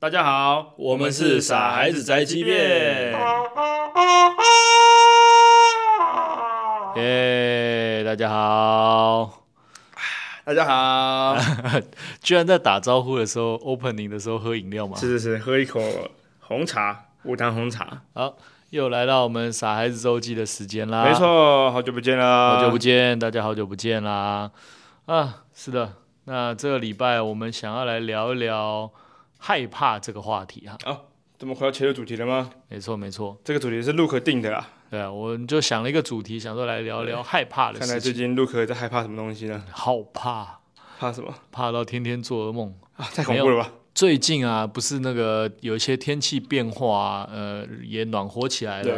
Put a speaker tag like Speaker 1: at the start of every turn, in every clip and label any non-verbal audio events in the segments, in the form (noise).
Speaker 1: 大家好，
Speaker 2: 我们是傻孩子宅急便
Speaker 1: 耶大家好！
Speaker 2: 大家好，
Speaker 1: 居然在打招呼的时候，opening 的时候喝饮料吗？
Speaker 2: (laughs) 是是是，喝一口红茶，无糖红茶。
Speaker 1: 好，又来到我们傻孩子周记的时间啦。
Speaker 2: 没，错，好久不见啦，
Speaker 1: 啊好久不见，大家好久不见啦！啊，是的，那这个礼拜我们想要来聊一聊害怕这个话题哈。
Speaker 2: 见。哦，这么快要切入主题了吗？
Speaker 1: 没错，没错。
Speaker 2: 这个主题是陆可定的啦。
Speaker 1: 对啊，我们就想了一个主题，想说来聊聊害怕的
Speaker 2: 看来
Speaker 1: 事
Speaker 2: 最
Speaker 1: 情。
Speaker 2: 近陆可在害怕什么东西呢？
Speaker 1: 好怕，
Speaker 2: 怕什么
Speaker 1: 怕到天天做噩梦。
Speaker 2: 啊？太恐怖了吧！
Speaker 1: 最近啊，不是那个有一些天气变化、啊，呃，也暖和起来了
Speaker 2: 对，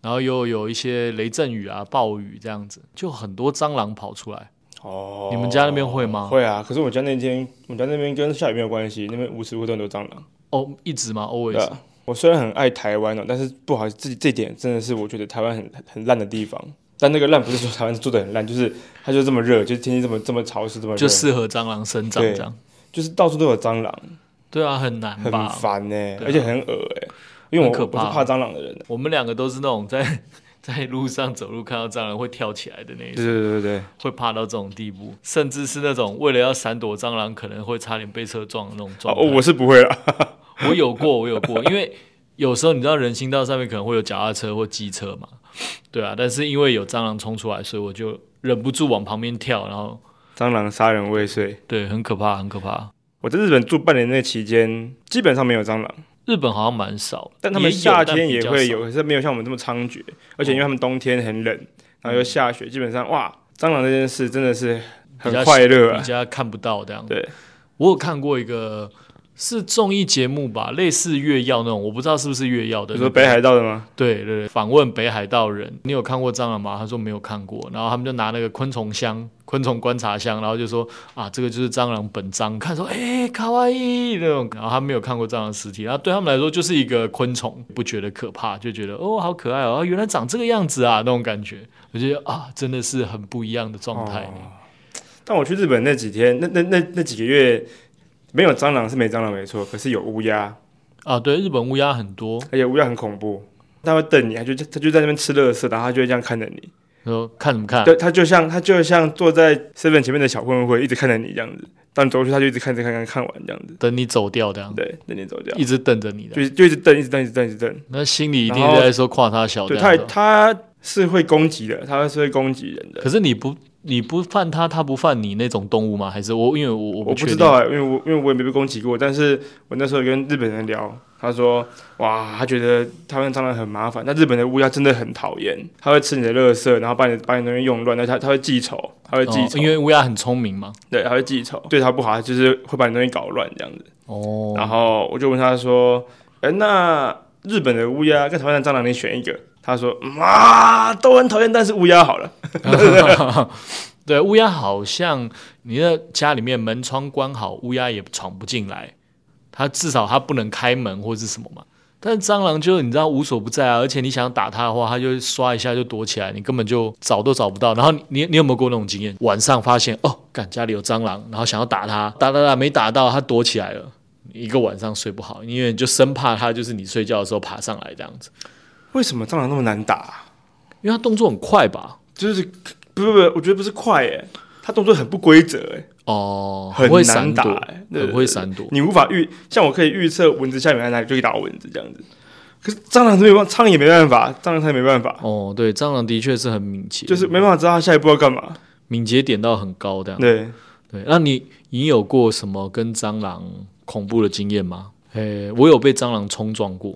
Speaker 1: 然后又有一些雷阵雨啊、暴雨这样子，就很多蟑螂跑出来。
Speaker 2: 哦
Speaker 1: 你们家那边会吗？
Speaker 2: 会啊，可是我家那天，我家那边跟下雨没有关系，那边无时无刻都有蟑螂。
Speaker 1: 哦，一直吗
Speaker 2: 对
Speaker 1: ？always？
Speaker 2: 啊，我虽然很爱台湾哦，但是不好意思，这这点真的是我觉得台湾很很烂的地方。但那个烂不是说台湾做的很烂，就是它就这么热，就是天气这么这么潮湿，这么热，
Speaker 1: 就适合蟑螂生长
Speaker 2: 对
Speaker 1: 这样。
Speaker 2: 就是到处都有蟑螂，
Speaker 1: 对啊，很难
Speaker 2: 很
Speaker 1: 吧？
Speaker 2: 烦呢、
Speaker 1: 对啊
Speaker 2: 而且很恶哎、因为我
Speaker 1: 很可怕
Speaker 2: 我是怕蟑螂的人。啊
Speaker 1: 我们两个都是那种在 (laughs) 在路上走路看到蟑螂会跳起来的那一
Speaker 2: 对
Speaker 1: 种，
Speaker 2: 对对对，
Speaker 1: 会怕到这种地步，甚至是那种为了要闪躲蟑螂，可能会差点被车撞的那种
Speaker 2: 哦
Speaker 1: 状态。，
Speaker 2: 我是不会啦。
Speaker 1: 我有过，我有过，因为有时候你知道人行道上面可能会有脚踏车或机车嘛，对啊，但是因为有蟑螂冲出来，所以我就忍不住往旁边跳，然后
Speaker 2: 蟑螂杀人未遂。
Speaker 1: 对，很可怕，很可怕。
Speaker 2: 我在日本住半年那期间，基本上没有蟑螂，
Speaker 1: 日本好像蛮少，
Speaker 2: 但他们
Speaker 1: 也有
Speaker 2: 夏天也会，
Speaker 1: 但比较
Speaker 2: 有，
Speaker 1: 少
Speaker 2: 可是没有像我们这么猖獗。而且因为他们冬天很冷，然后又下雪，基本上哇，蟑螂这件事真的是很
Speaker 1: 嗯比较
Speaker 2: 快乐
Speaker 1: 比
Speaker 2: 啊。
Speaker 1: 较看不到这样。
Speaker 2: 对，
Speaker 1: 我有看过一个是综艺节目吧，类似越药那种，我不知道是不是越药的
Speaker 2: 你
Speaker 1: 那
Speaker 2: 说
Speaker 1: 种。
Speaker 2: 北海道的吗？
Speaker 1: 对对对，访问北海道人，你有看过蟑螂吗？他说没有看过，然后他们就拿那个昆虫箱、昆虫观察箱，然后就说啊，这个就是蟑螂本章，看说哎，卡哇伊那种，然后他没有看过蟑螂尸体，然后啊对他们来说就是一个昆虫，不觉得可怕，就觉得哦好可爱哦，啊原来长这个样子啊那种感觉，我觉得啊真的是很不一样的状态。
Speaker 2: 哦但我去日本那几天，那那那那几个月，没有蟑螂是没蟑螂没错，可是有乌鸦，
Speaker 1: 啊，对，日本乌鸦很多，
Speaker 2: 而且乌鸦很恐怖，它会瞪你，它就它就在那边吃垃圾，然后它就会这样看着你，
Speaker 1: 然后看什么看？
Speaker 2: 对，它就像它就像坐在 seven 前面的小混混一直看着你这样子，当你走过去，它就一直看着看看看完这样子，
Speaker 1: 等你走掉这样，
Speaker 2: 对，啊等你走掉，
Speaker 1: 嗯一直等着你的，
Speaker 2: 就就一直瞪，一直瞪，一直瞪，一直瞪，
Speaker 1: 那心里一定
Speaker 2: 然后
Speaker 1: 在说跨他小
Speaker 2: 对，
Speaker 1: 这样
Speaker 2: 它
Speaker 1: 子。
Speaker 2: 它是会攻击的，它是会攻击人的。
Speaker 1: 可是你不你不犯它，它不犯你那种动物吗？还是我因为我我
Speaker 2: 我
Speaker 1: 确
Speaker 2: 不
Speaker 1: 定
Speaker 2: 知道哎、因为我因为我也没被攻击过，但是我那时候跟日本人聊，他说，哇，他觉得他们蟑螂很麻烦，但日本的乌鸦真的很讨厌，它会吃你的垃圾，然后把你把你东西用乱，那它它会记仇，它会记
Speaker 1: 哦
Speaker 2: 仇，
Speaker 1: 因为乌鸦很聪明嘛。
Speaker 2: 对，它会记仇，对它不好，它就是会把你东西搞乱这样子。
Speaker 1: 哦，
Speaker 2: 然后我就问他说，哎、那日本的乌鸦跟台湾的蟑螂，你选一个？他说，嗯啊，都很讨厌，但是乌鸦好了。
Speaker 1: (laughs) 对，乌鸦好像你的家里面门窗关好，乌鸦也闯不进来。它至少它不能开门或是什么嘛。但是蟑螂就你知道无所不在啊，而且你想打它的话，它就刷一下就躲起来，你根本就找都找不到。然后你你你有没有过那种经验？晚上发现哦，干家里有蟑螂，然后想要打它，打打打没打到，它躲起来了。一个晚上睡不好，因为你就生怕它就是你睡觉的时候爬上来这样子，
Speaker 2: 为什么蟑螂那么难打啊、
Speaker 1: 因为它动作很快吧？
Speaker 2: 就是不不不，我觉得不是快哎，他动作很不规则哎，
Speaker 1: 哦，
Speaker 2: 很
Speaker 1: 会
Speaker 2: 难
Speaker 1: 闪
Speaker 2: 打
Speaker 1: 躲，
Speaker 2: 哎，对
Speaker 1: 很会闪躲。
Speaker 2: 你无法预，像我可以预测蚊子下面在哪里，就可以打蚊子这样子。可是蟑螂是没办法，苍蝇也没办法，蟑螂它也没办法，
Speaker 1: 哦，对，蟑螂的确是很敏捷，
Speaker 2: 就是没办法知道它下一步要干嘛。
Speaker 1: 敏捷点到很高这样。
Speaker 2: 对，
Speaker 1: 对，那你你有过什么跟蟑螂恐怖的经验吗？诶，我有被蟑螂冲撞过，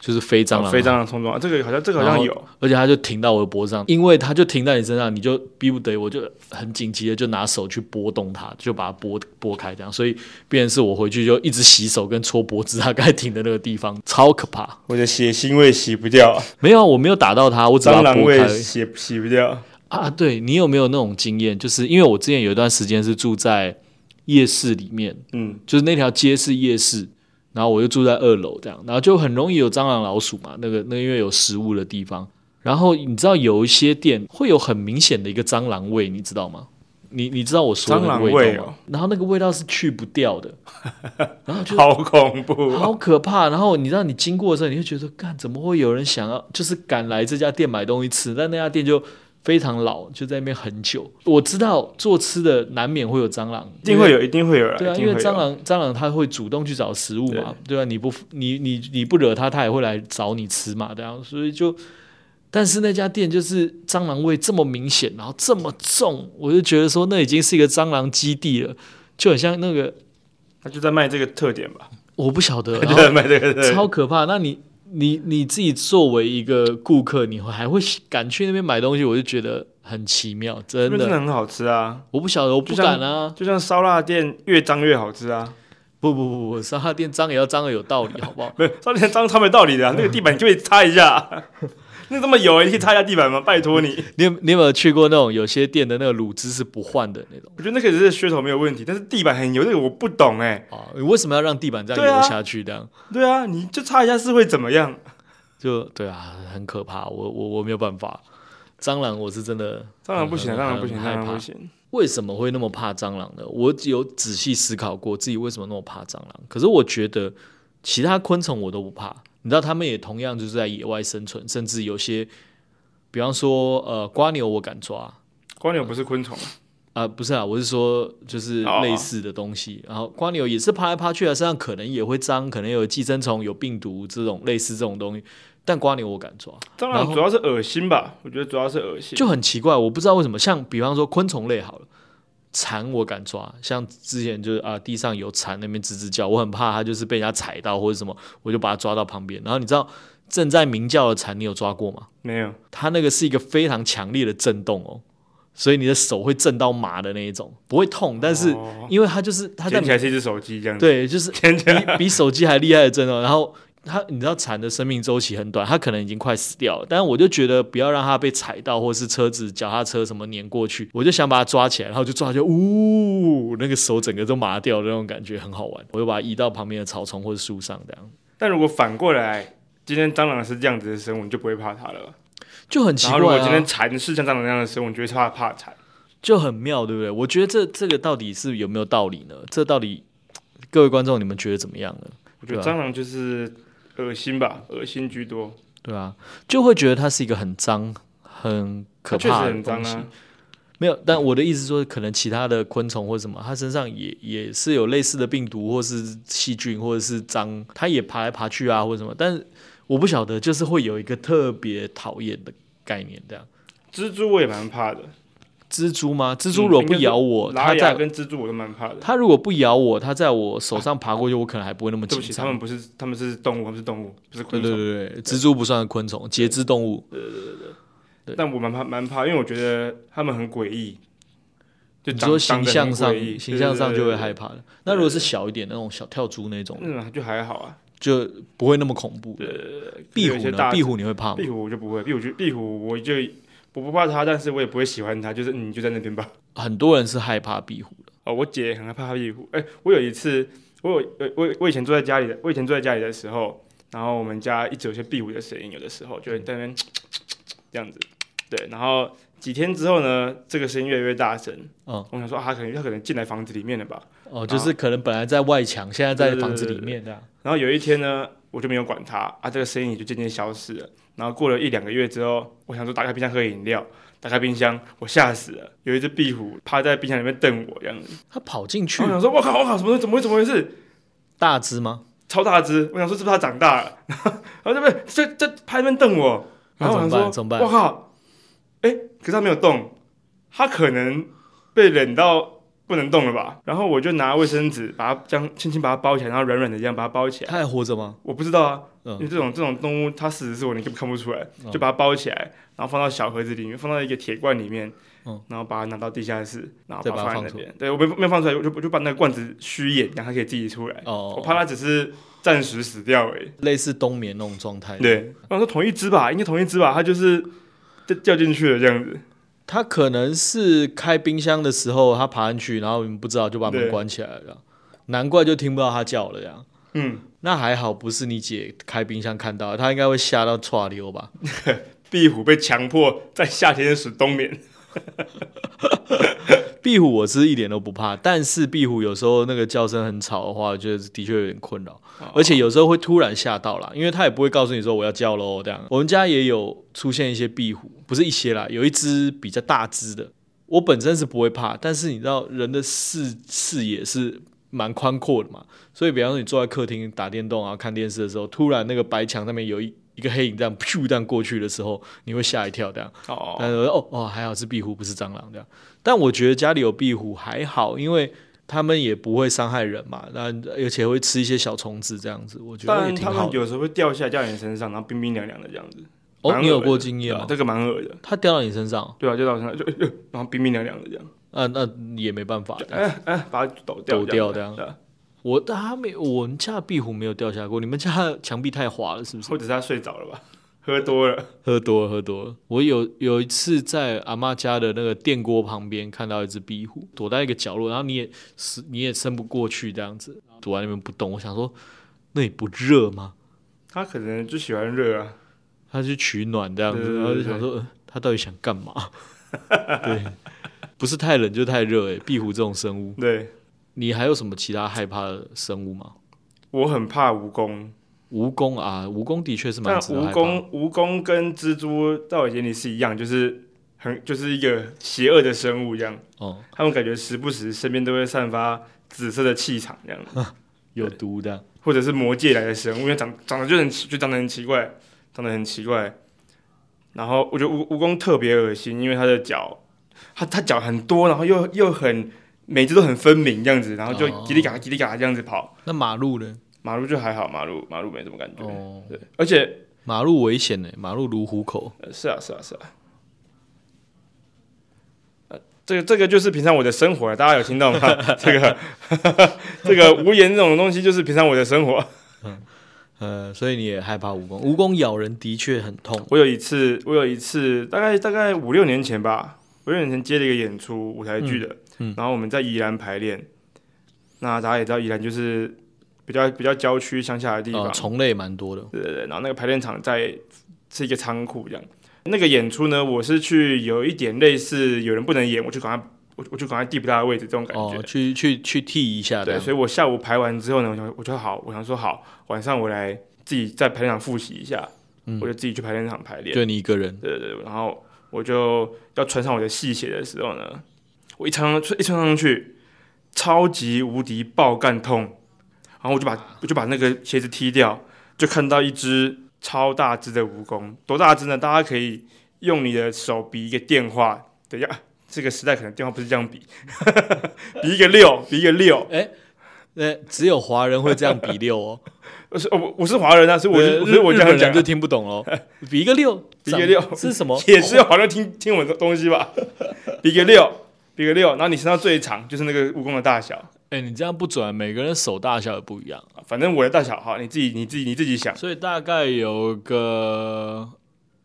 Speaker 1: 就是飞蟑螂，啊
Speaker 2: 哦飞蟑螂冲啊撞，这个好像这个好像有，
Speaker 1: 而且它就停到我的脖子上，因为它就停在你身上，你就逼不得已，我就很紧急的就拿手去拨动它，就把它拨拨开这样，所以变成是我回去就一直洗手跟搓脖 (laughs) 子它该停的那个地方，超可怕。
Speaker 2: 我的血腥味洗不
Speaker 1: (laughs)
Speaker 2: 掉，
Speaker 1: 没有啊，我没有打到它，我只
Speaker 2: 蟑
Speaker 1: 把它
Speaker 2: 螂
Speaker 1: 拨开
Speaker 2: 味
Speaker 1: 而已。
Speaker 2: 洗洗不掉。
Speaker 1: 啊，对你有没有那种经验？就是因为我之前有一段时间是住在夜市里面，
Speaker 2: 嗯，
Speaker 1: 就是那条街是夜市，然后我就住在二楼这样，然后就很容易有蟑螂、老鼠嘛。那个那因为有食物的地方，然后你知道有一些店会有很明显的一个蟑螂味，你知道吗？你你知道我说的那
Speaker 2: 蟑
Speaker 1: 个
Speaker 2: 螂
Speaker 1: 道
Speaker 2: 味哦
Speaker 1: 吗？然后那个味道是去不掉的， (laughs) 然后就
Speaker 2: 好恐怖，
Speaker 1: 好可怕。然后你让你经过的时候，你会觉得，干怎么会有人想要，就是敢来这家店买东西吃？但那家店就非常老，就在那边很久。我知道做吃的难免会有蟑螂，
Speaker 2: 一定会有，一定会有啦，
Speaker 1: 对啊，
Speaker 2: 一
Speaker 1: 因
Speaker 2: 定
Speaker 1: 为
Speaker 2: 会有
Speaker 1: 蟑螂蟑螂它会主动去找食物嘛，对啊，你不你你你不惹它，它也会来找你吃嘛，这样、所以就，但是那家店就是蟑螂味这么明显，然后这么重，我就觉得说那已经是一个蟑螂基地了，就很像那个
Speaker 2: 他就在卖这个特点吧，
Speaker 1: 我不
Speaker 2: (laughs)
Speaker 1: 晓得，哦
Speaker 2: 他就
Speaker 1: 然后
Speaker 2: 在卖这个特点。
Speaker 1: 超可怕。那你你你自己作为一个顾客，你会还会敢去那边买东西，我就觉得很奇妙，
Speaker 2: 那
Speaker 1: 真
Speaker 2: 边真
Speaker 1: 的，
Speaker 2: 的很好吃啊，
Speaker 1: 我不晓得，我不
Speaker 2: 就像
Speaker 1: 敢啊。
Speaker 2: 就像烧腊店越脏越好吃啊，
Speaker 1: 不不不不，沙拉店脏也要脏的有道理，好 (laughs) 不好？
Speaker 2: 不是烧腊店脏超没道理的、啊，那个地板你可以擦一下， (laughs) 那这么油，你可以擦一下地板吗？拜托你，
Speaker 1: 你有你有没有去过那种有些店的那个卤汁是不换的那种
Speaker 2: 我觉得那个只是噱头没有问题，但是地板很油，这个我不懂哎、
Speaker 1: 啊？你为什么要让地板这
Speaker 2: 对
Speaker 1: 样
Speaker 2: 啊
Speaker 1: 流下去？这样、
Speaker 2: 对啊，你就擦一下是会怎么样？
Speaker 1: 就对啊，很可怕。我我我没有办法，蟑螂我是真的
Speaker 2: 蟑螂不行啊，
Speaker 1: 很
Speaker 2: 蟑螂不行，
Speaker 1: 很
Speaker 2: 蟑
Speaker 1: 害
Speaker 2: 螂不
Speaker 1: 怕。
Speaker 2: 行。
Speaker 1: 为什么会那么怕蟑螂呢？我有仔细思考过自己为什么那么怕蟑螂，可是我觉得其他昆虫我都不怕。你知道，它们也同样就是在野外生存，甚至有些，比方说呃瓜牛我敢抓，
Speaker 2: 瓜牛不是昆虫，
Speaker 1: 啊、不是啊，我是说就是
Speaker 2: 哦
Speaker 1: 类似的东西。然后瓜牛也是爬来爬去啊，身上可能也会脏，可能有寄生虫、有病毒这种类似这种东西。但瓜牛我敢抓，
Speaker 2: 蟑
Speaker 1: 然
Speaker 2: 螂
Speaker 1: 后
Speaker 2: 主要是恶心吧？我觉得主要是恶心。
Speaker 1: 就很奇怪，我不知道为什么。像比方说昆虫类好了，蝉我敢抓，像之前就是啊、地上有蝉那边吱吱叫，我很怕它就是被人家踩到或者什么，我就把它抓到旁边。然后你知道正在鸣叫的蝉，你有抓过吗？
Speaker 2: 没有，
Speaker 1: 它那个是一个非常强烈的震动哦，所以你的手会震到麻的那一种，不会痛，但是
Speaker 2: 哦
Speaker 1: 因为它就是它在
Speaker 2: 捡起来是一只手机这 (laughs) 样子。
Speaker 1: 对，就是
Speaker 2: 捡起来
Speaker 1: 比比手机还厉害的震动。然后它，你知道蝉的生命周期很短，它可能已经快死掉了，但是我就觉得不要让它被踩到，或是车子、脚踏车什么碾过去，我就想把它抓起来，然后就抓就呜，那个手整个都麻掉的那种感觉，很好玩。我就把它移到旁边的草丛或者树上，这样
Speaker 2: 但如果反过来，今天蟑螂是这样子的生物，你就不会怕它了吧。
Speaker 1: 就很奇
Speaker 2: 然后如
Speaker 1: 怪、
Speaker 2: 果今天
Speaker 1: 啊，
Speaker 2: 蝉是像蟑螂那样的生物，你就会怕怕蝉。
Speaker 1: 就很妙，对不对？我觉得这这个到底是有没有道理呢？这到底各位观众你们觉得怎么样呢？
Speaker 2: 我觉得
Speaker 1: 对啊
Speaker 2: 蟑螂就是恶心吧，恶心居多。
Speaker 1: 对啊，就会觉得它是一个很脏、很可
Speaker 2: 它确实
Speaker 1: 怕的
Speaker 2: 很脏
Speaker 1: 东西。
Speaker 2: 啊，
Speaker 1: 没有，但我的意思说，可能其他的昆虫或什么，它身上也也是有类似的病毒，或是细菌，或者是脏，它也爬来爬去啊，或者什么。但是我不晓得，就是会有一个特别讨厌的概念，这样。
Speaker 2: 蜘蛛我也蛮怕的，
Speaker 1: 蜘蛛吗？蜘蛛如果不咬我，它
Speaker 2: 拉雅
Speaker 1: 在
Speaker 2: 跟蜘蛛我都蛮怕的。
Speaker 1: 它如果不咬我，它在我手上爬过去，我可能还不会那么
Speaker 2: 对
Speaker 1: 紧
Speaker 2: 不起，他
Speaker 1: 张。
Speaker 2: 们不是，他们是动物，他们是动物，不是
Speaker 1: 对
Speaker 2: 昆
Speaker 1: 对
Speaker 2: 虫。
Speaker 1: 对对，蜘蛛不算昆虫，节肢动物。对
Speaker 2: 但我蛮怕蛮怕，因为我觉得他们很诡异，就
Speaker 1: 你
Speaker 2: 长
Speaker 1: 说
Speaker 2: 长
Speaker 1: 形
Speaker 2: 得
Speaker 1: 象
Speaker 2: 很
Speaker 1: 上
Speaker 2: 诡异，
Speaker 1: 形象上就会害
Speaker 2: 怕。
Speaker 1: 怕的。那如果是小一点那种小跳蛛那种，
Speaker 2: 嗯，就还好啊。
Speaker 1: 就不会那么恐怖。壁
Speaker 2: 有一
Speaker 1: 虎
Speaker 2: 些
Speaker 1: 呢？
Speaker 2: 大
Speaker 1: 壁虎你会怕吗？
Speaker 2: 壁虎我就不会，壁虎就壁虎我就我不怕它，但是我也不会喜欢它，就是嗯你就在那边吧。
Speaker 1: 很多人是害怕壁虎的。
Speaker 2: 哦，我姐也很害怕壁虎。哎、我有一次，我有呃我我以前住在家里的，我以前住在家里的时候，然后我们家一直有些壁虎的声音，有的时候就会在那边这样子，对，然后几天之后呢，这个声音越来越大声，
Speaker 1: 嗯，
Speaker 2: 我想说啊，它可能它可能进来房子里面了吧。
Speaker 1: 哦，就是可能本来在外墙，现在在
Speaker 2: 对对对
Speaker 1: 房子里面这样。
Speaker 2: 然后有一天呢，我就没有管它啊，这个声音也就渐渐消失了。然后过了一两个月之后，我想说打开冰箱喝饮料，打开冰箱，我吓死了，有一只壁虎趴在冰箱里面瞪我这样
Speaker 1: (laughs)
Speaker 2: 子。
Speaker 1: 它跑进去
Speaker 2: 然后我，想说，我靠，我靠，怎么怎么会怎么回事？
Speaker 1: 大只吗？
Speaker 2: 超大只，我想说是不是它长大了？ (laughs) 然后这边这这拍那边瞪我，然
Speaker 1: 那
Speaker 2: 后我
Speaker 1: 怎么
Speaker 2: 想
Speaker 1: 办？
Speaker 2: 说，
Speaker 1: 怎么办
Speaker 2: 我？靠，哎、可是它没有动，它可能被冷到不能动了吧？然后我就拿卫生纸把它这样轻轻把它包起来，然后软软的这样把它包起来。
Speaker 1: 它还活着吗？
Speaker 2: 我不知道啊，因
Speaker 1: 嗯
Speaker 2: 为这种这种动物它死的时候你根本看不出来
Speaker 1: 嗯，
Speaker 2: 就把它包起来，然后放到小盒子里面，放到一个铁罐里面
Speaker 1: 嗯，
Speaker 2: 然后把它拿到地下室，然后
Speaker 1: 再
Speaker 2: 把
Speaker 1: 把它
Speaker 2: 它放
Speaker 1: 放
Speaker 2: 在
Speaker 1: 出
Speaker 2: 那边。对我没没有放出来，我就我就把那个罐子虚掩，让它可以自己出来。
Speaker 1: 哦，
Speaker 2: 我怕它只是暂时死掉而已。
Speaker 1: 类似冬眠那种状态。
Speaker 2: 对，我想说同一只吧，应该同一只吧，它就是掉掉进去了这样子。
Speaker 1: 它可能是开冰箱的时候，它爬进去，然后你们不知道就把门
Speaker 2: 对
Speaker 1: 关起来了这样，难怪就听不到它叫了这样。
Speaker 2: 嗯，
Speaker 1: 那还好，不是你姐开冰箱看到，她应该会吓到岔溜吧？
Speaker 2: 壁虎被强迫在夏天时冬眠，
Speaker 1: 壁虎我是一点都不怕，但是壁虎有时候那个叫声很吵的话，我觉得的确有点困扰，而且有时候会突然吓到啦，因为它也不会告诉你说我要叫喽这样。我们家也有出现一些壁虎，不是一些啦，有一只比较大只的，我本身是不会怕，但是你知道人的视视野是蛮宽阔的嘛，所以比方说你坐在客厅打电动啊、看电视的时候，突然那个白墙上面有一一个黑影这样噗这样过去的时候，你会吓一跳这样。
Speaker 2: 哦，
Speaker 1: 但是我说哦哦，还好是壁虎，不是蟑螂这样。但我觉得家里有壁虎还好，因为他们也不会伤害人嘛，那而且会吃一些小虫子这样子，我觉
Speaker 2: 当
Speaker 1: 得也
Speaker 2: 然
Speaker 1: 挺
Speaker 2: 他
Speaker 1: 好
Speaker 2: 们
Speaker 1: 的。
Speaker 2: 有时候会掉下来掉在你身上，然后冰冰凉凉的这样子。
Speaker 1: 哦，
Speaker 2: 蛮
Speaker 1: 你有
Speaker 2: 恶的
Speaker 1: 过经验
Speaker 2: 对啊
Speaker 1: 吗？
Speaker 2: 这个蛮恶的。
Speaker 1: 它掉到你身上，
Speaker 2: 对啊，就到我身上就、呃然后冰冰凉凉的这样，
Speaker 1: 啊，那也没办法。
Speaker 2: 哎哎、把它抖掉，
Speaker 1: 抖掉这样
Speaker 2: 对啊
Speaker 1: 我他没，我们家的壁虎没有掉下过，你们家的墙壁太滑了，是不是？
Speaker 2: 或者是他睡着了吧，喝多了。
Speaker 1: 喝多了，喝多了。我有有一次在阿妈家的那个电锅旁边看到一只壁虎躲在一个角落，然后你也是你也伸不过去这样子，躲在那边不动。我想说，那你不热吗？
Speaker 2: 他可能就喜欢热啊，
Speaker 1: 他去取暖这样
Speaker 2: 对
Speaker 1: 子，
Speaker 2: 对
Speaker 1: 然后就
Speaker 2: 对
Speaker 1: 想说、呃他到底想干嘛？ (laughs) 对，不是太冷就太热诶、壁虎这种生物，
Speaker 2: 对
Speaker 1: 你还有什么其他害怕的生物吗？
Speaker 2: 我很怕蜈蚣，
Speaker 1: 蜈蚣啊，蜈蚣的确是
Speaker 2: 但
Speaker 1: 蛮值得
Speaker 2: 蜈
Speaker 1: 害怕的。
Speaker 2: 蚣蜈蚣跟蜘蛛在我眼里是一样，就是很就是一个邪恶的生物这样，
Speaker 1: 哦、
Speaker 2: 他们感觉时不时身边都会散发紫色的气场这样，
Speaker 1: 有毒的，
Speaker 2: 或者是魔界来的生物，因为长长得就很奇就长得很奇怪，长得很奇怪。然后我觉得蜈蜈蚣特别恶心，因为它的脚，它它脚很多，然后又又很每只都很分明这样子，然后就
Speaker 1: 哦
Speaker 2: 叽里嘎啦叽里嘎啦这样子跑。
Speaker 1: 那马路呢？
Speaker 2: 马路就还好，马路马路没什么感觉。
Speaker 1: 哦，
Speaker 2: 对，而且、
Speaker 1: 马路危险呢、马路如虎口。
Speaker 2: 呃是啊是啊是啊，呃，这个这个就是平常我的生活，啊大家有听到吗？这个 (laughs) 这个无言这种东西就是平常我的生活。
Speaker 1: 呃，所以你也害怕蜈蚣？蜈蚣咬人的确很痛。
Speaker 2: 我有一次，我有一次，大概大概五六年前吧，五六年前接了一个演出，舞台剧的，然后我们在宜兰排练。那大家也知道，宜兰就是比较比较郊区乡下的地方，
Speaker 1: 呃，虫类蛮多的。
Speaker 2: 对对对。然后那个排练场在是一个仓库这样。那个演出呢，我是去有一点类似有人不能演，我就赶快我我就赶快递不他的位置这种感觉。
Speaker 1: 哦，去去去剃一下
Speaker 2: 对，
Speaker 1: 的。
Speaker 2: 所以我下午排完之后呢，我想我就好，我想说好，晚上我来自己在排练场复习一下，我就自己去排练场排练。
Speaker 1: 就你一个人，
Speaker 2: 对对对，然后我就要穿上我的戏鞋的时候呢，我一穿上一穿上去，超级无敌爆干痛，然后我就把我就把那个鞋子踢掉，就看到一只超大只的蜈蚣，多大只呢？大家可以用你的手比一个电话，等一下。这个时代可能电话不是这样比，比一个六，比一个六。
Speaker 1: 那、只有华人会这样比六哦。
Speaker 2: 我是哦我我是华人啊， (laughs) 所以我
Speaker 1: 对
Speaker 2: 就所以我
Speaker 1: 日
Speaker 2: 这样
Speaker 1: 本
Speaker 2: 讲
Speaker 1: 人
Speaker 2: 啊
Speaker 1: 就听不懂
Speaker 2: (laughs)
Speaker 1: 喽。比一个六，
Speaker 2: 比一个六
Speaker 1: 长是什
Speaker 2: (laughs)
Speaker 1: 么？哦
Speaker 2: 也是好像听听我的东西吧， (laughs) 比个六，比个六，然后你身上最长就是那个蜈蚣的大小，
Speaker 1: 哎、你这样不准，每个人手大小也不一样，
Speaker 2: 反正我的大小哈，你自己你自己你自己想，
Speaker 1: 所以大概有个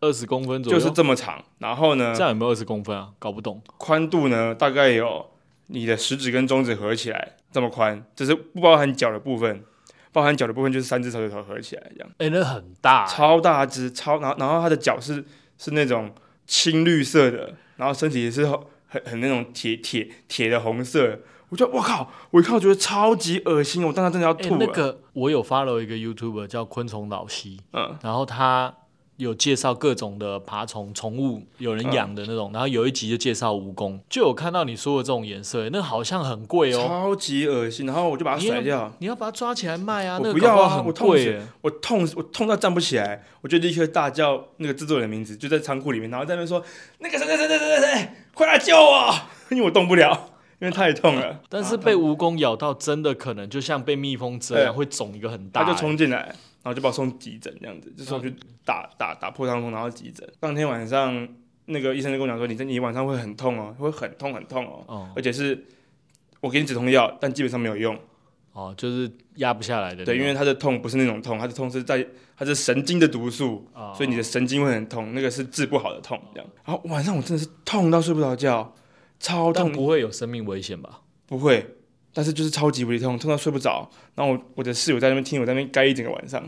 Speaker 1: 二十公分左
Speaker 2: 就
Speaker 1: 右。
Speaker 2: 是这么长，然后呢
Speaker 1: 这，样有没有二十公分啊？搞不懂。
Speaker 2: 宽度呢大概有你的食指跟中指合起来这么宽，这是不包含脚的部分，包含脚的部分就是三只手指头合起来这样，
Speaker 1: 哎、那很大、
Speaker 2: 超大只，超然后然后它的脚是是那种青绿色的，然后身体也是很很很那种铁铁铁的红色。我就我靠！我一看我觉得超级恶心，我当时真的要
Speaker 1: 哎、
Speaker 2: 吐了。
Speaker 1: 那个我有 follow 一个 YouTuber 叫昆虫老西，
Speaker 2: 嗯，
Speaker 1: 然后他有介绍各种的爬虫宠物，有
Speaker 2: 嗯
Speaker 1: 人养的那种，然后有一集就介绍蜈蚣，就有看到你说的这种颜色、哎那好像很贵哦。
Speaker 2: 超级恶心，然后我就把它
Speaker 1: 你要
Speaker 2: 甩掉，
Speaker 1: 你要把它抓起来卖啊！
Speaker 2: 我
Speaker 1: 那个
Speaker 2: 不要啊
Speaker 1: 搞好很
Speaker 2: 我痛死
Speaker 1: 贵、哎
Speaker 2: 我痛我痛到站不起来，我就立刻大叫那个制作人的名字，就在仓库里面，然后在那边说那个谁谁谁谁谁谁，快来救我， (laughs) 因为我动不了，因为太痛了。
Speaker 1: 但是被蜈蚣咬到，真的可能就像被蜜蜂蛰一样，
Speaker 2: 对
Speaker 1: 会肿一个很大、
Speaker 2: 他就
Speaker 1: 欸
Speaker 2: 冲进来，然后就把我送急诊这样子，就
Speaker 1: 嗯
Speaker 2: 送去打打打破伤风，然后急诊。当天晚上那个医生就跟我讲说，你这你晚上会很痛哦，会很痛很痛哦，
Speaker 1: 哦
Speaker 2: 而且是我给你止痛药，但基本上没有用。
Speaker 1: 哦，就是压不下来的那种。
Speaker 2: 对，因为它的痛不是那种痛，它的痛是在它是神经的毒素，
Speaker 1: 哦
Speaker 2: 所以你的神经会很痛，那个是治不好的痛。这样，然后晚上我真的是痛到睡不着觉，超
Speaker 1: 但
Speaker 2: 痛，
Speaker 1: 不会有生命危险吧？
Speaker 2: 不会， (laughs) 但是就是超级无敌痛，痛到睡不着。然后我我的室友在那边听我在那边该一整个晚上，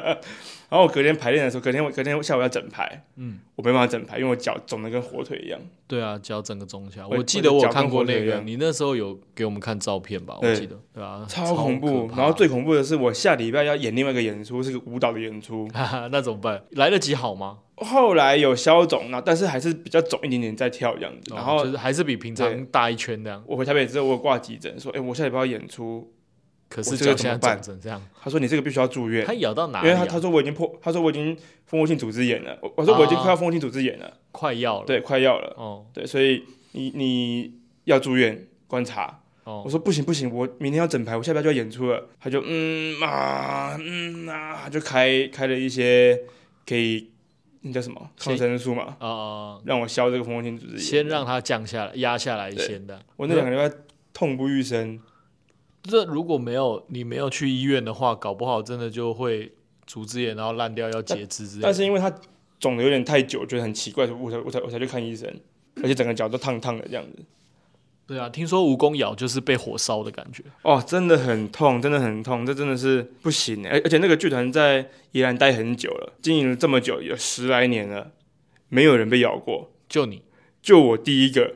Speaker 2: 然后我隔天排练的时候，隔天我隔天下午要整排，嗯，我没办法整排，因为我脚肿的跟火腿一样。
Speaker 1: 对啊，脚整个中下，
Speaker 2: 我
Speaker 1: 我记得我有看过
Speaker 2: 我的脚
Speaker 1: 那
Speaker 2: 跟我腿一
Speaker 1: 个，
Speaker 2: 样
Speaker 1: 你那时候有给我们看照片吧？我
Speaker 2: 对
Speaker 1: 记得，对啊，
Speaker 2: 超恐
Speaker 1: 可
Speaker 2: 怖。
Speaker 1: 怕
Speaker 2: 然后最恐怖的是，我下礼拜要演另外一个演出，是个舞蹈的演出。
Speaker 1: 哈哈， (laughs) 那怎么办？来得及好吗？
Speaker 2: 后来有消肿，那但是还是比较肿一点点在跳这样子。
Speaker 1: 哦
Speaker 2: 然后
Speaker 1: 就是还是比平
Speaker 2: 对
Speaker 1: 常大一圈这样，
Speaker 2: 我回台北之后，我有挂急诊说，哎、我下礼拜要演出。
Speaker 1: 可
Speaker 2: 我
Speaker 1: 是
Speaker 2: 这个
Speaker 1: 脚现
Speaker 2: 怎么
Speaker 1: 在
Speaker 2: 办
Speaker 1: 肿成这样，
Speaker 2: 他说你这个必须要住 (laughs) 院，
Speaker 1: 它咬到哪
Speaker 2: 因
Speaker 1: 里
Speaker 2: 为
Speaker 1: 啊？
Speaker 2: 他他说我已经破，他说我已经蜂窝性组织炎了。我我说我已经
Speaker 1: 啊
Speaker 2: 快要蜂窝性组织炎了，
Speaker 1: 快要了，
Speaker 2: 对，快要了。
Speaker 1: 哦
Speaker 2: 对，所以你你要住院观察。
Speaker 1: 哦，
Speaker 2: 我说不行不行，我明天要整排，我下礼拜就要演出了。他就嗯啊嗯啊，就开开了一些可以那叫什么
Speaker 1: 先
Speaker 2: 抗生素嘛，
Speaker 1: 啊、呃
Speaker 2: 让我消这个蜂窝性组织炎。
Speaker 1: 先让它降下来，压下来
Speaker 2: 对
Speaker 1: 先的。
Speaker 2: 我那两个礼拜痛不欲生，
Speaker 1: 这如果没有你没有去医院的话，搞不好真的就会组织炎，然后烂掉要截肢之类的。
Speaker 2: 但是因为它肿的有点太久，觉得很奇怪，所以我才我才我才去看医生，而且整个脚都烫烫的这样子。
Speaker 1: 对啊，听说蜈蚣咬就是被火烧的感觉。
Speaker 2: 哦，真的很痛，真的很痛，这真的是不行欸。而而且那个剧团在宜兰待很久了，经营了这么久，有十来年了，没有人被咬过，
Speaker 1: 就你
Speaker 2: 就我第一个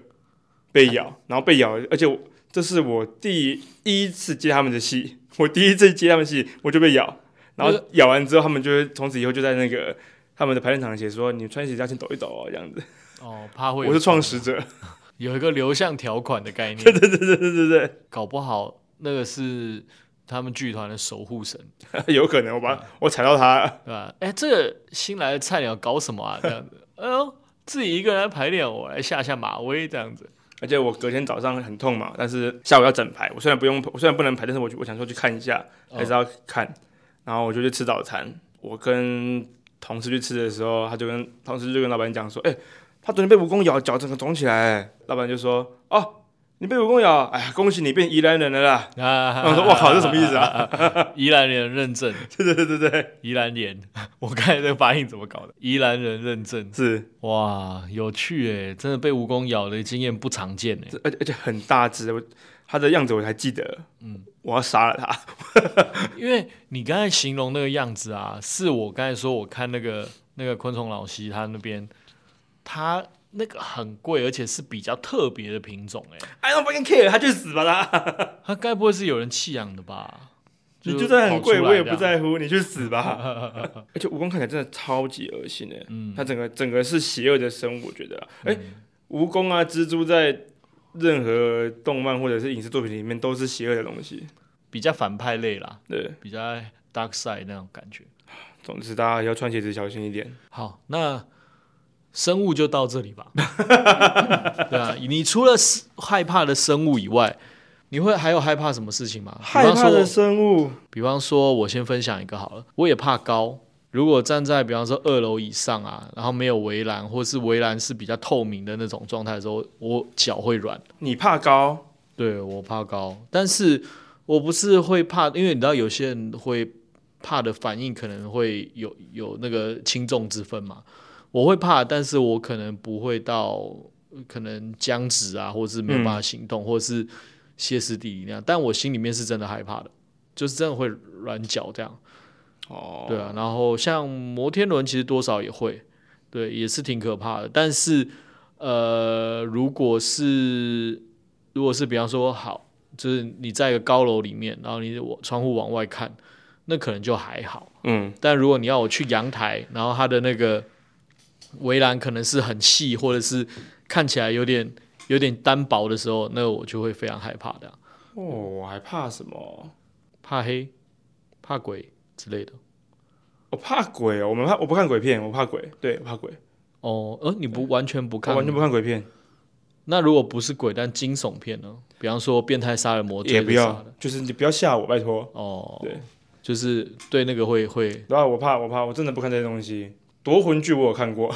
Speaker 2: 被 (laughs) 咬，然后被咬，而且我这是我第一次接他们的戏，我第一次接他们戏我就被咬，然
Speaker 1: 那
Speaker 2: 后咬完之后，他们就会从此以后就在那个他们的排练场写说，你穿鞋子要先抖一抖哦，这样子。
Speaker 1: 哦，怕会有
Speaker 2: 我是创始者， (laughs)
Speaker 1: 有一个流向条款的概念，
Speaker 2: 对对对对对对
Speaker 1: 搞不好那个是他们剧团的守护神，
Speaker 2: 对，有可能我把我踩到他了，
Speaker 1: 对吧？哎，这个新来的菜鸟搞什么啊？这样子，哎呦，自己一个人来排练，我来下下马威这样子。
Speaker 2: 而且我隔天早上很痛嘛，但是下午要整排，我虽然不用，我虽然不能排，但是我去我想说去看一下，
Speaker 1: 哦
Speaker 2: 还是要看，然后我就去吃早餐，我跟同事去吃的时候，他就跟同事就跟老板讲说，哎、他昨天被蜈蚣咬，脚整个肿起来，老板就说，哦。你被蜈蚣咬，哎呀，恭喜你变宜兰人了啦！
Speaker 1: 啊
Speaker 2: 然后我说，哇
Speaker 1: (laughs)
Speaker 2: 靠，这什么意思啊？ (laughs)
Speaker 1: 宜兰人认证，
Speaker 2: 对对对对对，
Speaker 1: 宜兰人，我刚才这个发音怎么搞的？宜兰人认证，
Speaker 2: 是，
Speaker 1: 哇，有趣诶，真的被蜈蚣咬的经验不常见诶。
Speaker 2: 这而且而且很大只，我他的样子我还记得，嗯，我要杀了他，
Speaker 1: 因为你刚才形容那个样子啊，是我刚才说我看那个那个昆虫老师他那边，他那个很贵，而且是比较特别的品种诶。
Speaker 2: I don't fucking care，他去死吧他！
Speaker 1: 他该不会是有人弃养的吧？
Speaker 2: 你就算很贵，
Speaker 1: 跑出来
Speaker 2: 我也
Speaker 1: 这
Speaker 2: 不
Speaker 1: 样。
Speaker 2: 在乎，你去死吧！ (laughs) 而且蜈蚣看起来真的超级恶心的，嗯，它整个整个是邪恶的生物，我觉得啦。哎、蜈蚣啊，蜘蛛在任何动漫或者是影视作品里面都是邪恶的东西。
Speaker 1: 比较反派类啦，
Speaker 2: 对，
Speaker 1: 比较 dark side 那种感觉。
Speaker 2: 总之大家要穿鞋子小心一点。
Speaker 1: 好，那生物就到这
Speaker 2: (laughs)
Speaker 1: 里吧。对啊，你除了是害怕的生物以外，你会还有害怕什么事情吗？比
Speaker 2: 害
Speaker 1: 方
Speaker 2: 怕
Speaker 1: 说
Speaker 2: 的，生物，
Speaker 1: 比方说，我先分享一个好了，我也怕高。如果站在比方说二楼以上啊，然后没有围栏，或是围栏是比较透明的那种状态的时候，我脚会软。
Speaker 2: 你怕高？
Speaker 1: 对我怕高，但是我不是会怕，因为你知道有些人会怕的反应可能会有有那个轻重之分嘛。我会怕，但是我可能不会到呃可能僵直啊，或是没有办法行动，或是歇斯底里那样。但我心里面是真的害怕的，就是真的会软脚这样。
Speaker 2: 哦，
Speaker 1: 对啊，然后像摩天轮其实多少也会，对，也是挺可怕的。但是呃，如果是如果是比方说好，就是你在一个高楼里面，然后你我窗户往外看，那可能就还好。
Speaker 2: 嗯，
Speaker 1: 但如果你要我去阳台，然后它的那个围栏可能是很细，或者是看起来有点有点单薄的时候，那我就会非常害怕的啊、
Speaker 2: 哦，我还怕什么？
Speaker 1: 怕黑、怕鬼之类的。
Speaker 2: 我怕鬼哦，我们怕我不看鬼片，我怕鬼，对，我怕鬼，
Speaker 1: 哦，呃，你不完全不看
Speaker 2: 我哦
Speaker 1: 吗，
Speaker 2: 完全不看鬼片，
Speaker 1: 那如果不是鬼，但惊悚片呢？比方说变态杀人魔
Speaker 2: 也
Speaker 1: 追
Speaker 2: 不
Speaker 1: 着杀
Speaker 2: 要
Speaker 1: 的，
Speaker 2: 就是你不要吓我，拜托。
Speaker 1: 哦，
Speaker 2: 对，
Speaker 1: 就是对那个会会
Speaker 2: 然后我怕，我怕，我真的不看这些东西。夺魂剧我有看过，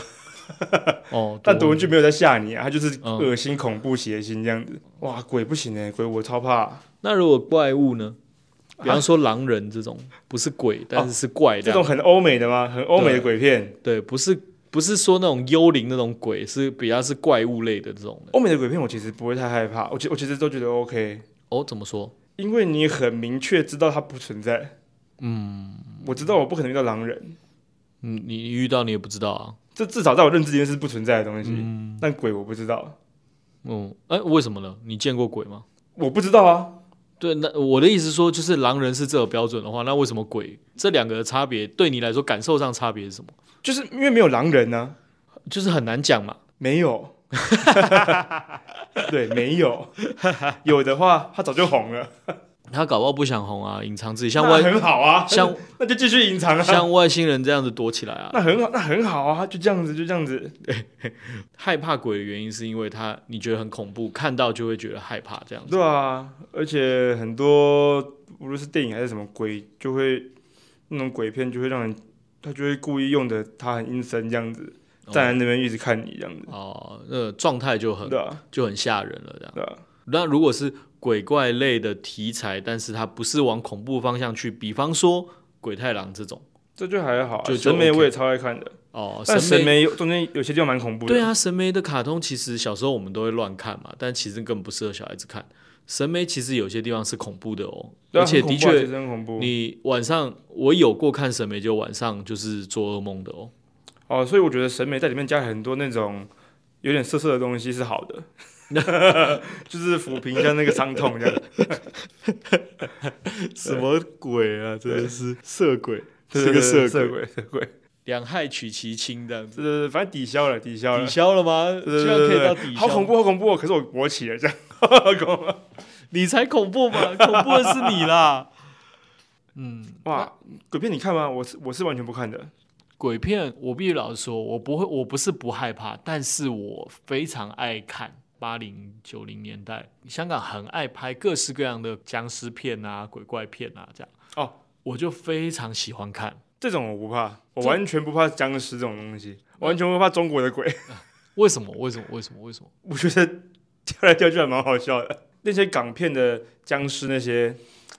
Speaker 2: (laughs)
Speaker 1: 哦，
Speaker 2: 但夺
Speaker 1: 多
Speaker 2: 魂剧没有在吓你啊，它就是
Speaker 1: 嗯
Speaker 2: 恶心、恐怖、血腥这样子。哇，鬼不行哎、鬼我超怕，
Speaker 1: 那如果怪物呢？比方说狼人这种，不是鬼，但是是怪
Speaker 2: 哦这
Speaker 1: 哎这样，
Speaker 2: 种很欧美的吗？很欧美的
Speaker 1: 对
Speaker 2: 鬼片，
Speaker 1: 对，不是不是说那种幽灵那种鬼，是比较是怪物类的这种的。
Speaker 2: 欧美的鬼片我其实不会太害怕，我其我其实都觉得 OK，
Speaker 1: 哦，怎么说？
Speaker 2: 因为你很明确知道它不存在。嗯，我知道我不可能遇到狼人，
Speaker 1: 嗯，你遇到你也不知道啊。
Speaker 2: 这至少在我认知里面是不存在的东西。但鬼我不知道，
Speaker 1: 嗯，哎、为什么呢？你见过鬼吗？
Speaker 2: 我不知道啊，
Speaker 1: 对，那我的意思是说，就是狼人是这个标准的话，那为什么鬼这两个的差别对你来说感受上差别是什么？
Speaker 2: 就是因为没有狼人啊呢、
Speaker 1: 就是很难讲嘛。
Speaker 2: 没有。 (laughs) 对，没有，有的话他早就红了，
Speaker 1: 他搞不好不想红啊，隐藏自己，像
Speaker 2: 那
Speaker 1: 外
Speaker 2: 很好啊，
Speaker 1: 像
Speaker 2: (laughs) 那就继续隐藏啊，
Speaker 1: 像外星人这样子躲起来啊。
Speaker 2: 那很好，那很好啊，就这样子，就这样子，
Speaker 1: 害怕鬼的原因是因为他你觉得很恐怖，看到就会觉得害怕这样子。
Speaker 2: 对啊，而且很多无论是电影还是什么鬼，就会那种鬼片就会让人，他就会故意用的他很阴森这样子，站在那边一直看你这样子，
Speaker 1: 哦，那个状态就很
Speaker 2: 对啊，
Speaker 1: 就很吓人了这样。
Speaker 2: 对啊，
Speaker 1: 那如果是鬼怪类的题材，但是它不是往恐怖方向去，比方说鬼太郎这种
Speaker 2: 这就还好啊、
Speaker 1: 就就
Speaker 2: 审美
Speaker 1: OK
Speaker 2: 我也超爱看的，
Speaker 1: 哦，
Speaker 2: 但
Speaker 1: 审
Speaker 2: 审
Speaker 1: 美
Speaker 2: 美有中间有些地方蛮恐怖的，
Speaker 1: 对，啊，审美的卡通其实小时候我们都会乱看嘛，但其实根本不适合小孩子看。审美其实有些地方是恐怖的哦，
Speaker 2: 对啊
Speaker 1: 而且
Speaker 2: 很恐
Speaker 1: 的
Speaker 2: 怖啊
Speaker 1: 确
Speaker 2: 其实很恐怖，
Speaker 1: 你晚上我有过看审美，就晚上就是做噩梦的哦。
Speaker 2: 哦，所以我觉得审美在里面加很多那种有点色色的东西是好的， (laughs) 就是抚平一下那个伤痛这样。
Speaker 1: 什么鬼啊！真的是色鬼，
Speaker 2: 色。鬼，色鬼，
Speaker 1: 两害取其轻，这样子
Speaker 2: 对对对，反正抵消了，抵消了
Speaker 1: 抵，消了吗？
Speaker 2: 对对
Speaker 1: 居然可以
Speaker 2: 对
Speaker 1: 到
Speaker 2: 对
Speaker 1: 抵消，
Speaker 2: 好恐！怖，好恐怖、哦！可是我勃起了，这样，好恐怖
Speaker 1: 你才恐怖 (laughs) 吧？恐怖的是你啦。嗯，
Speaker 2: 哇！鬼片你看吗？我是我是完全不看的，
Speaker 1: 鬼片我必须老实说，我不会，我不是不害怕，但是我非常爱看。八零九零年代，香港很爱拍各式各样的僵尸片啊、鬼怪片啊，这样
Speaker 2: 哦，
Speaker 1: 我就非常喜欢看。
Speaker 2: 这种我不怕，我完全不怕僵尸这种东西，完全不怕中国的鬼，
Speaker 1: 为什么？为什么？为什么？为什么？
Speaker 2: 我觉得跳来跳去还蛮好笑的。 (laughs) 那些港片的僵尸那些，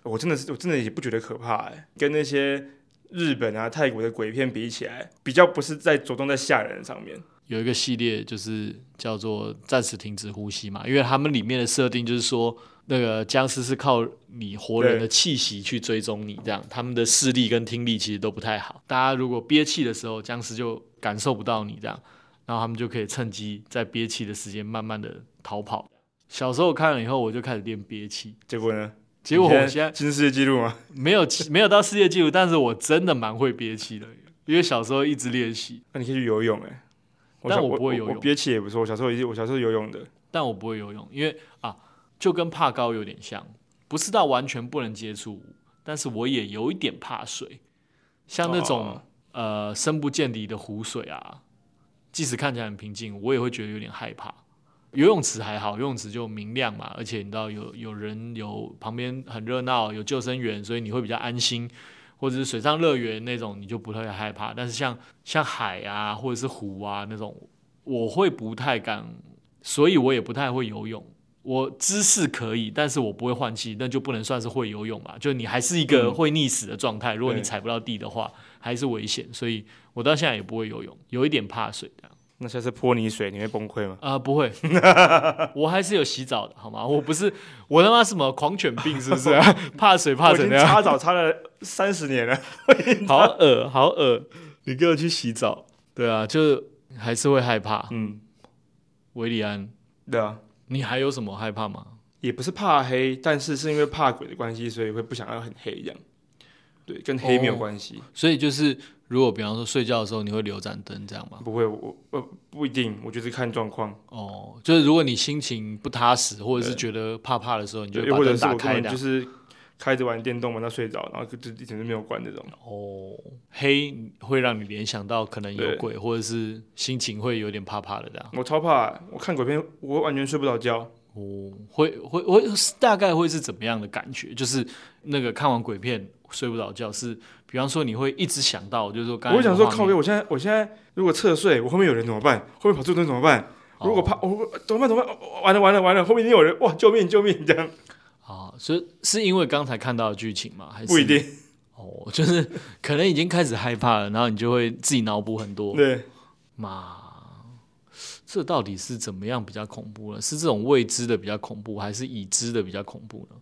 Speaker 2: 我真的是我真的也不觉得可怕、欸，跟那些日本啊、泰国的鬼片比起来，比较不是在着重在吓人上面。
Speaker 1: 有一个系列就是叫做“暂时停止呼吸”嘛，因为他们里面的设定就是说，那个僵尸是靠你活人的气息去追踪你，这样他们的视力跟听力其实都不太好。大家如果憋气的时候，僵尸就感受不到你这样，然后他们就可以趁机在憋气的时间慢慢的逃跑。小时候看了以后，我就开始练憋气，
Speaker 2: 结果呢？
Speaker 1: 结果我
Speaker 2: 你
Speaker 1: 现在
Speaker 2: 新世界纪录吗？
Speaker 1: 没有没有到世界纪录，但是我真的蛮会憋气的，因为小时候一直练习，
Speaker 2: 那你可以去游泳哎、欸。
Speaker 1: 但
Speaker 2: 小
Speaker 1: 我不会游
Speaker 2: 我
Speaker 1: 泳
Speaker 2: 憋气也不错。我小时候也是，我小时候游泳的，
Speaker 1: 但我不会游泳，因为啊，就跟怕高有点像，不是到完全不能接触，但是我也有一点怕水，像那种、
Speaker 2: 哦
Speaker 1: 呃深不见底的湖水啊，即使看起来很平静，我也会觉得有点害怕。游泳池还好，游泳池就明亮嘛，而且你知道有有人有旁边很热闹，有救生员，所以你会比较安心。或者是水上乐园那种，你就不会害怕。但是像像海啊，或者是湖啊那种，我会不太敢，所以我也不太会游泳。我姿势可以，但是我不会换气，那就不能算是会游泳嘛。就你还是一个
Speaker 2: 嗯
Speaker 1: 会溺死的状态，如果你
Speaker 2: 对
Speaker 1: 踩不到地的话，还是危险。所以我到现在也不会游泳，有一点怕水的。
Speaker 2: 那下次泼你水，你会崩溃吗？
Speaker 1: 啊、
Speaker 2: (laughs)
Speaker 1: 不会，我还是有洗澡的，好吗？我不是我他妈什么狂犬病是不是、啊？怕水怕
Speaker 2: 我已
Speaker 1: 成
Speaker 2: 经
Speaker 1: 那样，
Speaker 2: 擦澡擦了三十年了。
Speaker 1: 好恶好恶，你给我去洗澡。对啊，就是还是会害怕。
Speaker 2: 嗯，
Speaker 1: 维里安，
Speaker 2: 对啊，
Speaker 1: 你还有什么害怕吗？
Speaker 2: 也不是怕黑，但是是因为怕鬼的关系，所以会不想要很黑这样。对，跟黑没有
Speaker 1: 哦
Speaker 2: 关系。
Speaker 1: 所以就是，如果比方说睡觉的时候你会留盏灯这样吗？
Speaker 2: 不会，我呃不一定，我就是看状况，
Speaker 1: 哦，就是如果你心情不踏实，或者是觉得怕怕的时候，你就
Speaker 2: 又
Speaker 1: 把
Speaker 2: 或者
Speaker 1: 灯
Speaker 2: 是
Speaker 1: 打
Speaker 2: 我根
Speaker 1: 开
Speaker 2: 本
Speaker 1: 的
Speaker 2: 就。是开着玩电动玩到睡着，然后就就一直都没有关这种。
Speaker 1: 哦，黑会让你联想到可能有
Speaker 2: 对
Speaker 1: 鬼，或者是心情会有点怕怕的这样。
Speaker 2: 我超怕，我看鬼片我完全睡不着觉，
Speaker 1: 哦，会会会大概会是怎么样的感觉？就是那个看完鬼片睡不着觉，是比方说你会一直想到，就是说刚
Speaker 2: 我
Speaker 1: 才
Speaker 2: 会想说
Speaker 1: 那个
Speaker 2: 靠
Speaker 1: 画
Speaker 2: 边，
Speaker 1: 面，
Speaker 2: 我现在我现在如果侧睡，我后面有人怎么办？后面跑出人怎么办？
Speaker 1: 哦
Speaker 2: 如果怕，我、我怎么办？怎么办？哦完了完了完了，后面一定有人，哇！救命救命！这样
Speaker 1: 啊，所以是因为刚才看到的剧情吗？还是
Speaker 2: 不一定，
Speaker 1: 哦，就是可能已经开始害怕了，然后你就会自己脑补很多。
Speaker 2: 对，
Speaker 1: 嘛，这到底是怎么样比较恐怖呢？是这种未知的比较恐怖，还是已知的比较恐怖呢？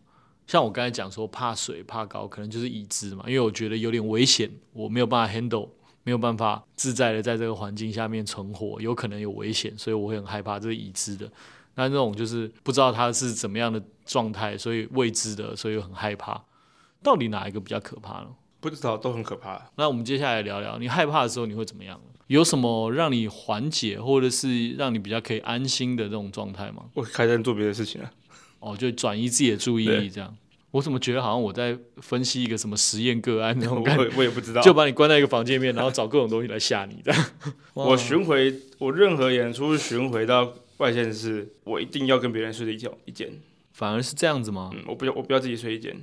Speaker 1: 像我刚才讲说怕水怕高，可能就是已知嘛，因为我觉得有点危险，我没有办法 handle，没有办法自在的在这个环境下面存活，有可能有危险，所以我会很害怕，这是已知的。那这种就是不知道它是怎么样的状态，所以未知的，所以很害怕。到底哪一个比较可怕呢？
Speaker 2: 不知道都很可怕。
Speaker 1: 那我们接下来聊聊，你害怕的时候你会怎么样？有什么让你缓解，或者是让你比较可以安心的这种状态吗？
Speaker 2: 我开始做别的事情了，啊
Speaker 1: 哦，就转移自己的注意力这样。我怎么觉得好像我在分析一个什么实验个案那
Speaker 2: 我
Speaker 1: 种 (laughs) 感觉，
Speaker 2: 我我也不知道。
Speaker 1: 就把你关在一个房间里面，然后找各种东西来吓你这样。哇
Speaker 2: 我巡回，我任何演出巡回到外县市，我一定要跟别人睡一条一间。
Speaker 1: (laughs) 反而是这样子吗？
Speaker 2: 嗯，我不要，我不要自己睡一间。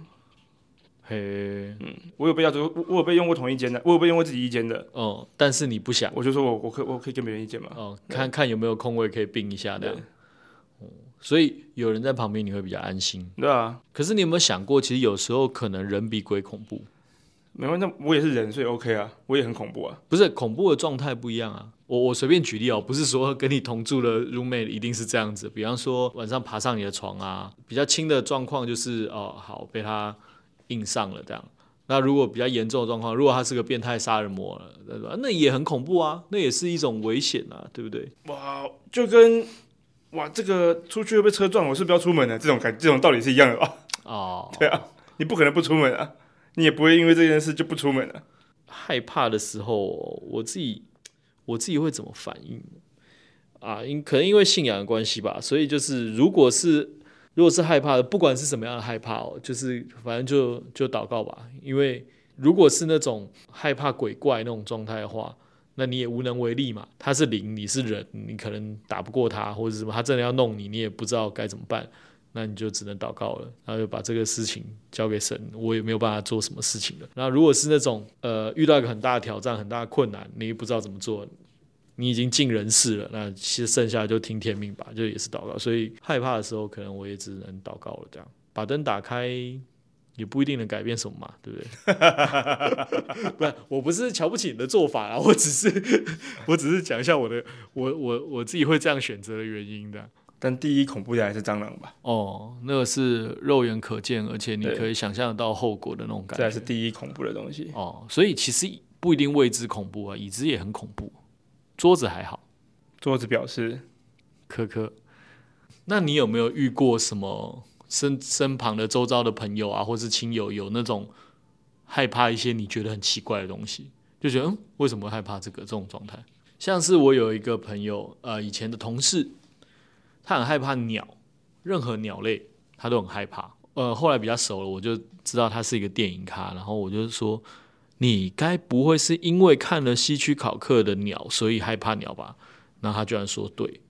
Speaker 1: 嘿，
Speaker 2: 我有被要求，我我有被用过同一间的，我有被用过自己一间的。
Speaker 1: 哦，但是你不想
Speaker 2: 我就说我我可我可以跟别人一间嘛。
Speaker 1: 哦，看看有没有空位可以并一下这样。哦，所以有人在旁边你会比较安心。
Speaker 2: 对啊，
Speaker 1: 可是你有没有想过，其实有时候可能人比鬼恐怖？
Speaker 2: 没关系，那我也是人，所以 OK 啊，我也很恐怖啊。
Speaker 1: 不是恐怖的状态不一样啊。我我随便举例哦，不是说跟你同住的 roommate 一定是这样子。比方说晚上爬上你的床啊，比较轻的状况就是哦，好被他硬上了这样。那如果比较严重的状况，如果他是个变态杀人魔了，对吧？那也很恐怖啊，那也是一种危险啊，对不对？
Speaker 2: 哇，就跟哇这个出去会被车撞，我是不要出门啊的、这种感，这种道理是一样的 (laughs) 吧？
Speaker 1: 哦，
Speaker 2: 对啊，你不可能不出门啊，你也不会因为这件事就不出门啊。
Speaker 1: 害怕的时候，我自己我自己会怎么反应啊？因可能因为信仰的关系吧，所以就是如果是如果是害怕的，不管是什么样的害怕哦，就是反正就就祷告吧。因为如果是那种害怕鬼怪那种状态的话，那你也无能为力嘛。他是灵，你是人，你可能打不过他或者是什么，他真的要弄你，你也不知道该怎么办。那你就只能祷告了，然后就把这个事情交给神，我也没有办法做什么事情了。那如果是那种呃遇到一个很大的挑战、很大的困难，你不知道怎么做，你已经尽人事了，那其实剩下就听天命吧，就也是祷告。所以害怕的时候，可能我也只能祷告了，这样把灯打开。也不一定能改变什么嘛，对不对？ (laughs) 不然，我不是瞧不起你的做法啊，我只是 (laughs) 我只是讲一下我的我我我自己会这样选择的原因的。
Speaker 2: 但第一恐怖的还是蟑螂吧，
Speaker 1: 哦，那个是肉眼可见，而且你
Speaker 2: 对
Speaker 1: 可以想象得到后果的那种
Speaker 2: 这
Speaker 1: 感觉。
Speaker 2: 还是第一恐怖的东西。
Speaker 1: 哦，所以其实不一定未知恐怖啊，已知也很恐怖。桌子还好，
Speaker 2: 桌子表示
Speaker 1: 科科。那你有没有遇过什么身身旁的周遭的朋友啊，或是亲友有那种害怕一些你觉得很奇怪的东西，就觉得嗯，为什么会害怕这个这种状态？像是我有一个朋友，呃，以前的同事，他很害怕鸟，任何鸟类他都很害怕。呃，后来比较熟了，我就知道他是一个电影咖，然后我就说，你该不会是因为看了西区考克的鸟，所以害怕鸟吧？然后他居然说对，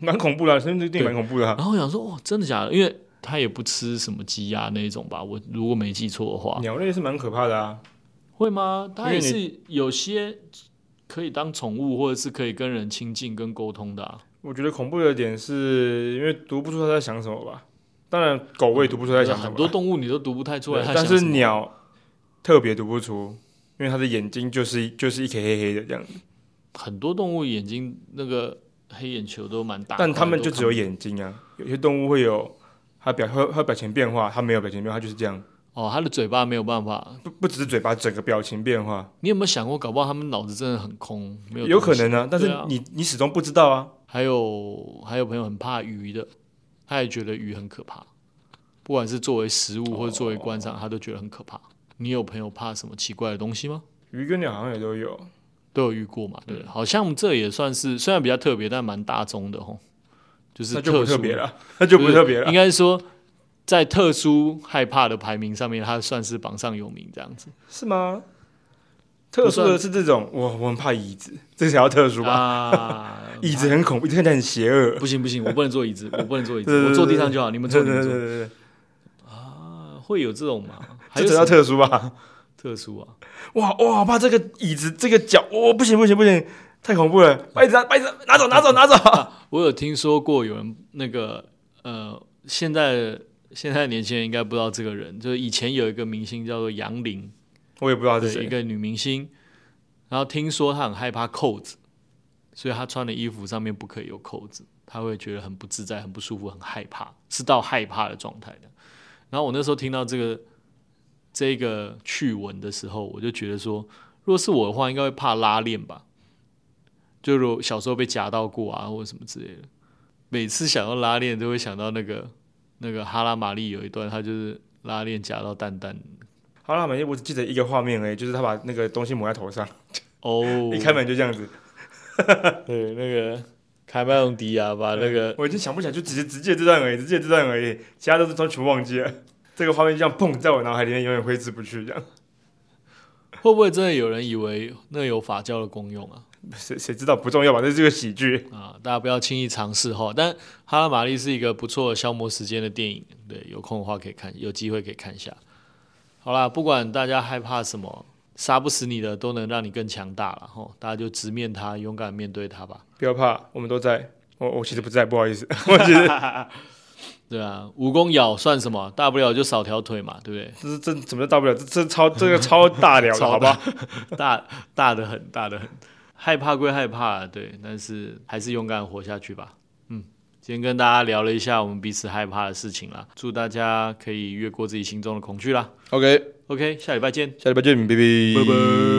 Speaker 2: 蛮恐怖的、啊，甚至一定蛮恐怖的、啊。
Speaker 1: 然后我想说，哇，真的假的？因为他也不吃什么鸡鸭那一种吧，我如果没记错的话，
Speaker 2: 鸟类是蛮可怕的啊，
Speaker 1: 会吗？他
Speaker 2: 嗯因
Speaker 1: 也
Speaker 2: 为
Speaker 1: 是有些可以当宠物，或者是可以跟人亲近、跟沟通的、啊。
Speaker 2: 我觉得恐怖的点是因为读不出它在想什么吧。当然，狗我也读不出它在想什么啊，
Speaker 1: 很多动物你都读不太出来
Speaker 2: 对
Speaker 1: 它想
Speaker 2: 但
Speaker 1: 什么，
Speaker 2: 是鸟特别读不出，因为它的眼睛就是就是一颗黑黑的这样子，
Speaker 1: 很多动物眼睛那个黑眼球都蛮大，
Speaker 2: 但它们就只有
Speaker 1: 都看
Speaker 2: 眼睛啊。有些动物会有它表它它表情变化，它没有表情变化，它就是这样。
Speaker 1: 不哦，它的嘴巴没有办法。
Speaker 2: 不不只是嘴巴，整个表情变化
Speaker 1: 你有没有想过，搞不好它们脑子真的很空，没有
Speaker 2: 有可
Speaker 1: 东西。
Speaker 2: 能啊，但是
Speaker 1: 对啊
Speaker 2: 你、你始终不知道啊。
Speaker 1: 还有还有朋友很怕鱼的，他也觉得鱼很可怕，不管是作为食物或者作为观赏，他都觉得很可怕。你有朋友怕什么奇怪的东西吗？
Speaker 2: 鱼跟鸟好像也都有，
Speaker 1: 都有遇过嘛？
Speaker 2: 嗯
Speaker 1: 对，好像这也算是虽然比较特别，但蛮大众的吼，就是
Speaker 2: 那就不
Speaker 1: 殊
Speaker 2: 特别，了，那就不特别了
Speaker 1: 应。该是说在特殊害怕的排名上面，它算是榜上有名这样子。
Speaker 2: 是吗？特殊的是这种，我我很怕椅子，这才叫特殊吧？
Speaker 1: 啊，
Speaker 2: 椅子很恐怖，看起来很邪恶。
Speaker 1: 不行不行，我不能坐椅子，我不能坐
Speaker 2: (laughs)
Speaker 1: 椅
Speaker 2: 对对
Speaker 1: 子，
Speaker 2: 对
Speaker 1: 我坐地上就好，你们坐
Speaker 2: 对
Speaker 1: 你
Speaker 2: 对
Speaker 1: 们
Speaker 2: 对 (laughs)
Speaker 1: 坐。
Speaker 2: 对对，
Speaker 1: 啊会有这种吗？还
Speaker 2: 这才
Speaker 1: 有什
Speaker 2: 叫
Speaker 1: 么
Speaker 2: 特殊吧？
Speaker 1: 特殊啊？
Speaker 2: 哇哇，怕这个椅子这个脚，哦不行不行不行，太恐怖
Speaker 1: 嗯
Speaker 2: 了！把椅子拿把椅子拿走拿走 (laughs) 拿走！
Speaker 1: 我有听说过有人那个呃，现在现在年轻人应该不知道这个人，就是以前有一个明星叫做杨玲，
Speaker 2: 我也不知道是
Speaker 1: 对，
Speaker 2: 谁，
Speaker 1: 一个女明星，然后听说她很害怕扣子，所以她穿的衣服上面不可以有扣子，她会觉得很不自在、很不舒服、很害怕，是到害怕的状态的。然后我那时候听到这个这个趣闻的时候，我就觉得说，若是我的话，应该会怕拉链吧。就如果小时候被夹到过啊，或者什么之类的，每次想到拉链，都会想到那个那个哈拉玛丽有一段，他就是拉链夹到蛋蛋
Speaker 2: 好了，每天我只记得一个画面而已，就是他把那个东西抹在头上，
Speaker 1: 哦，
Speaker 2: 一开门就这样子。
Speaker 1: 对那个凯麦隆迪亚把那个
Speaker 2: 我已经想不起来，就只是只记得这段而已，只记得这段而已，其他都是都全部忘记了。这个画面就这样砰，在我脑海里面永远挥之不去，这样
Speaker 1: 会不会真的有人以为那有法教的功用啊？
Speaker 2: 谁谁知道不重要吧？这是个喜剧，
Speaker 1: 啊，大家不要轻易尝试哈。但《哈拉玛丽》是一个不错的消磨时间的电影，对，有空的话可以看，有机会可以看一下。好啦，不管大家害怕什么，杀不死你的都能让你更强大了哈。大家就直面它，勇敢面对它吧。
Speaker 2: 不要怕，我们都在。我我其实不在，不好意思， (laughs) 我其实
Speaker 1: 对啊，蜈蚣咬算什么？大不了就少条腿嘛，对不对？
Speaker 2: 这是这怎么叫大不了？这这超这个超大了的，
Speaker 1: 超
Speaker 2: 好吧？
Speaker 1: (laughs) 大大的很，大的很。害怕归害怕，对，但是还是勇敢活下去吧。嗯，今天跟大家聊了一下我们彼此害怕的事情啦，祝大家可以越过自己心中的恐惧啦。
Speaker 2: OK，
Speaker 1: OK，下礼拜见。
Speaker 2: 下礼拜见，拜拜，
Speaker 1: 拜拜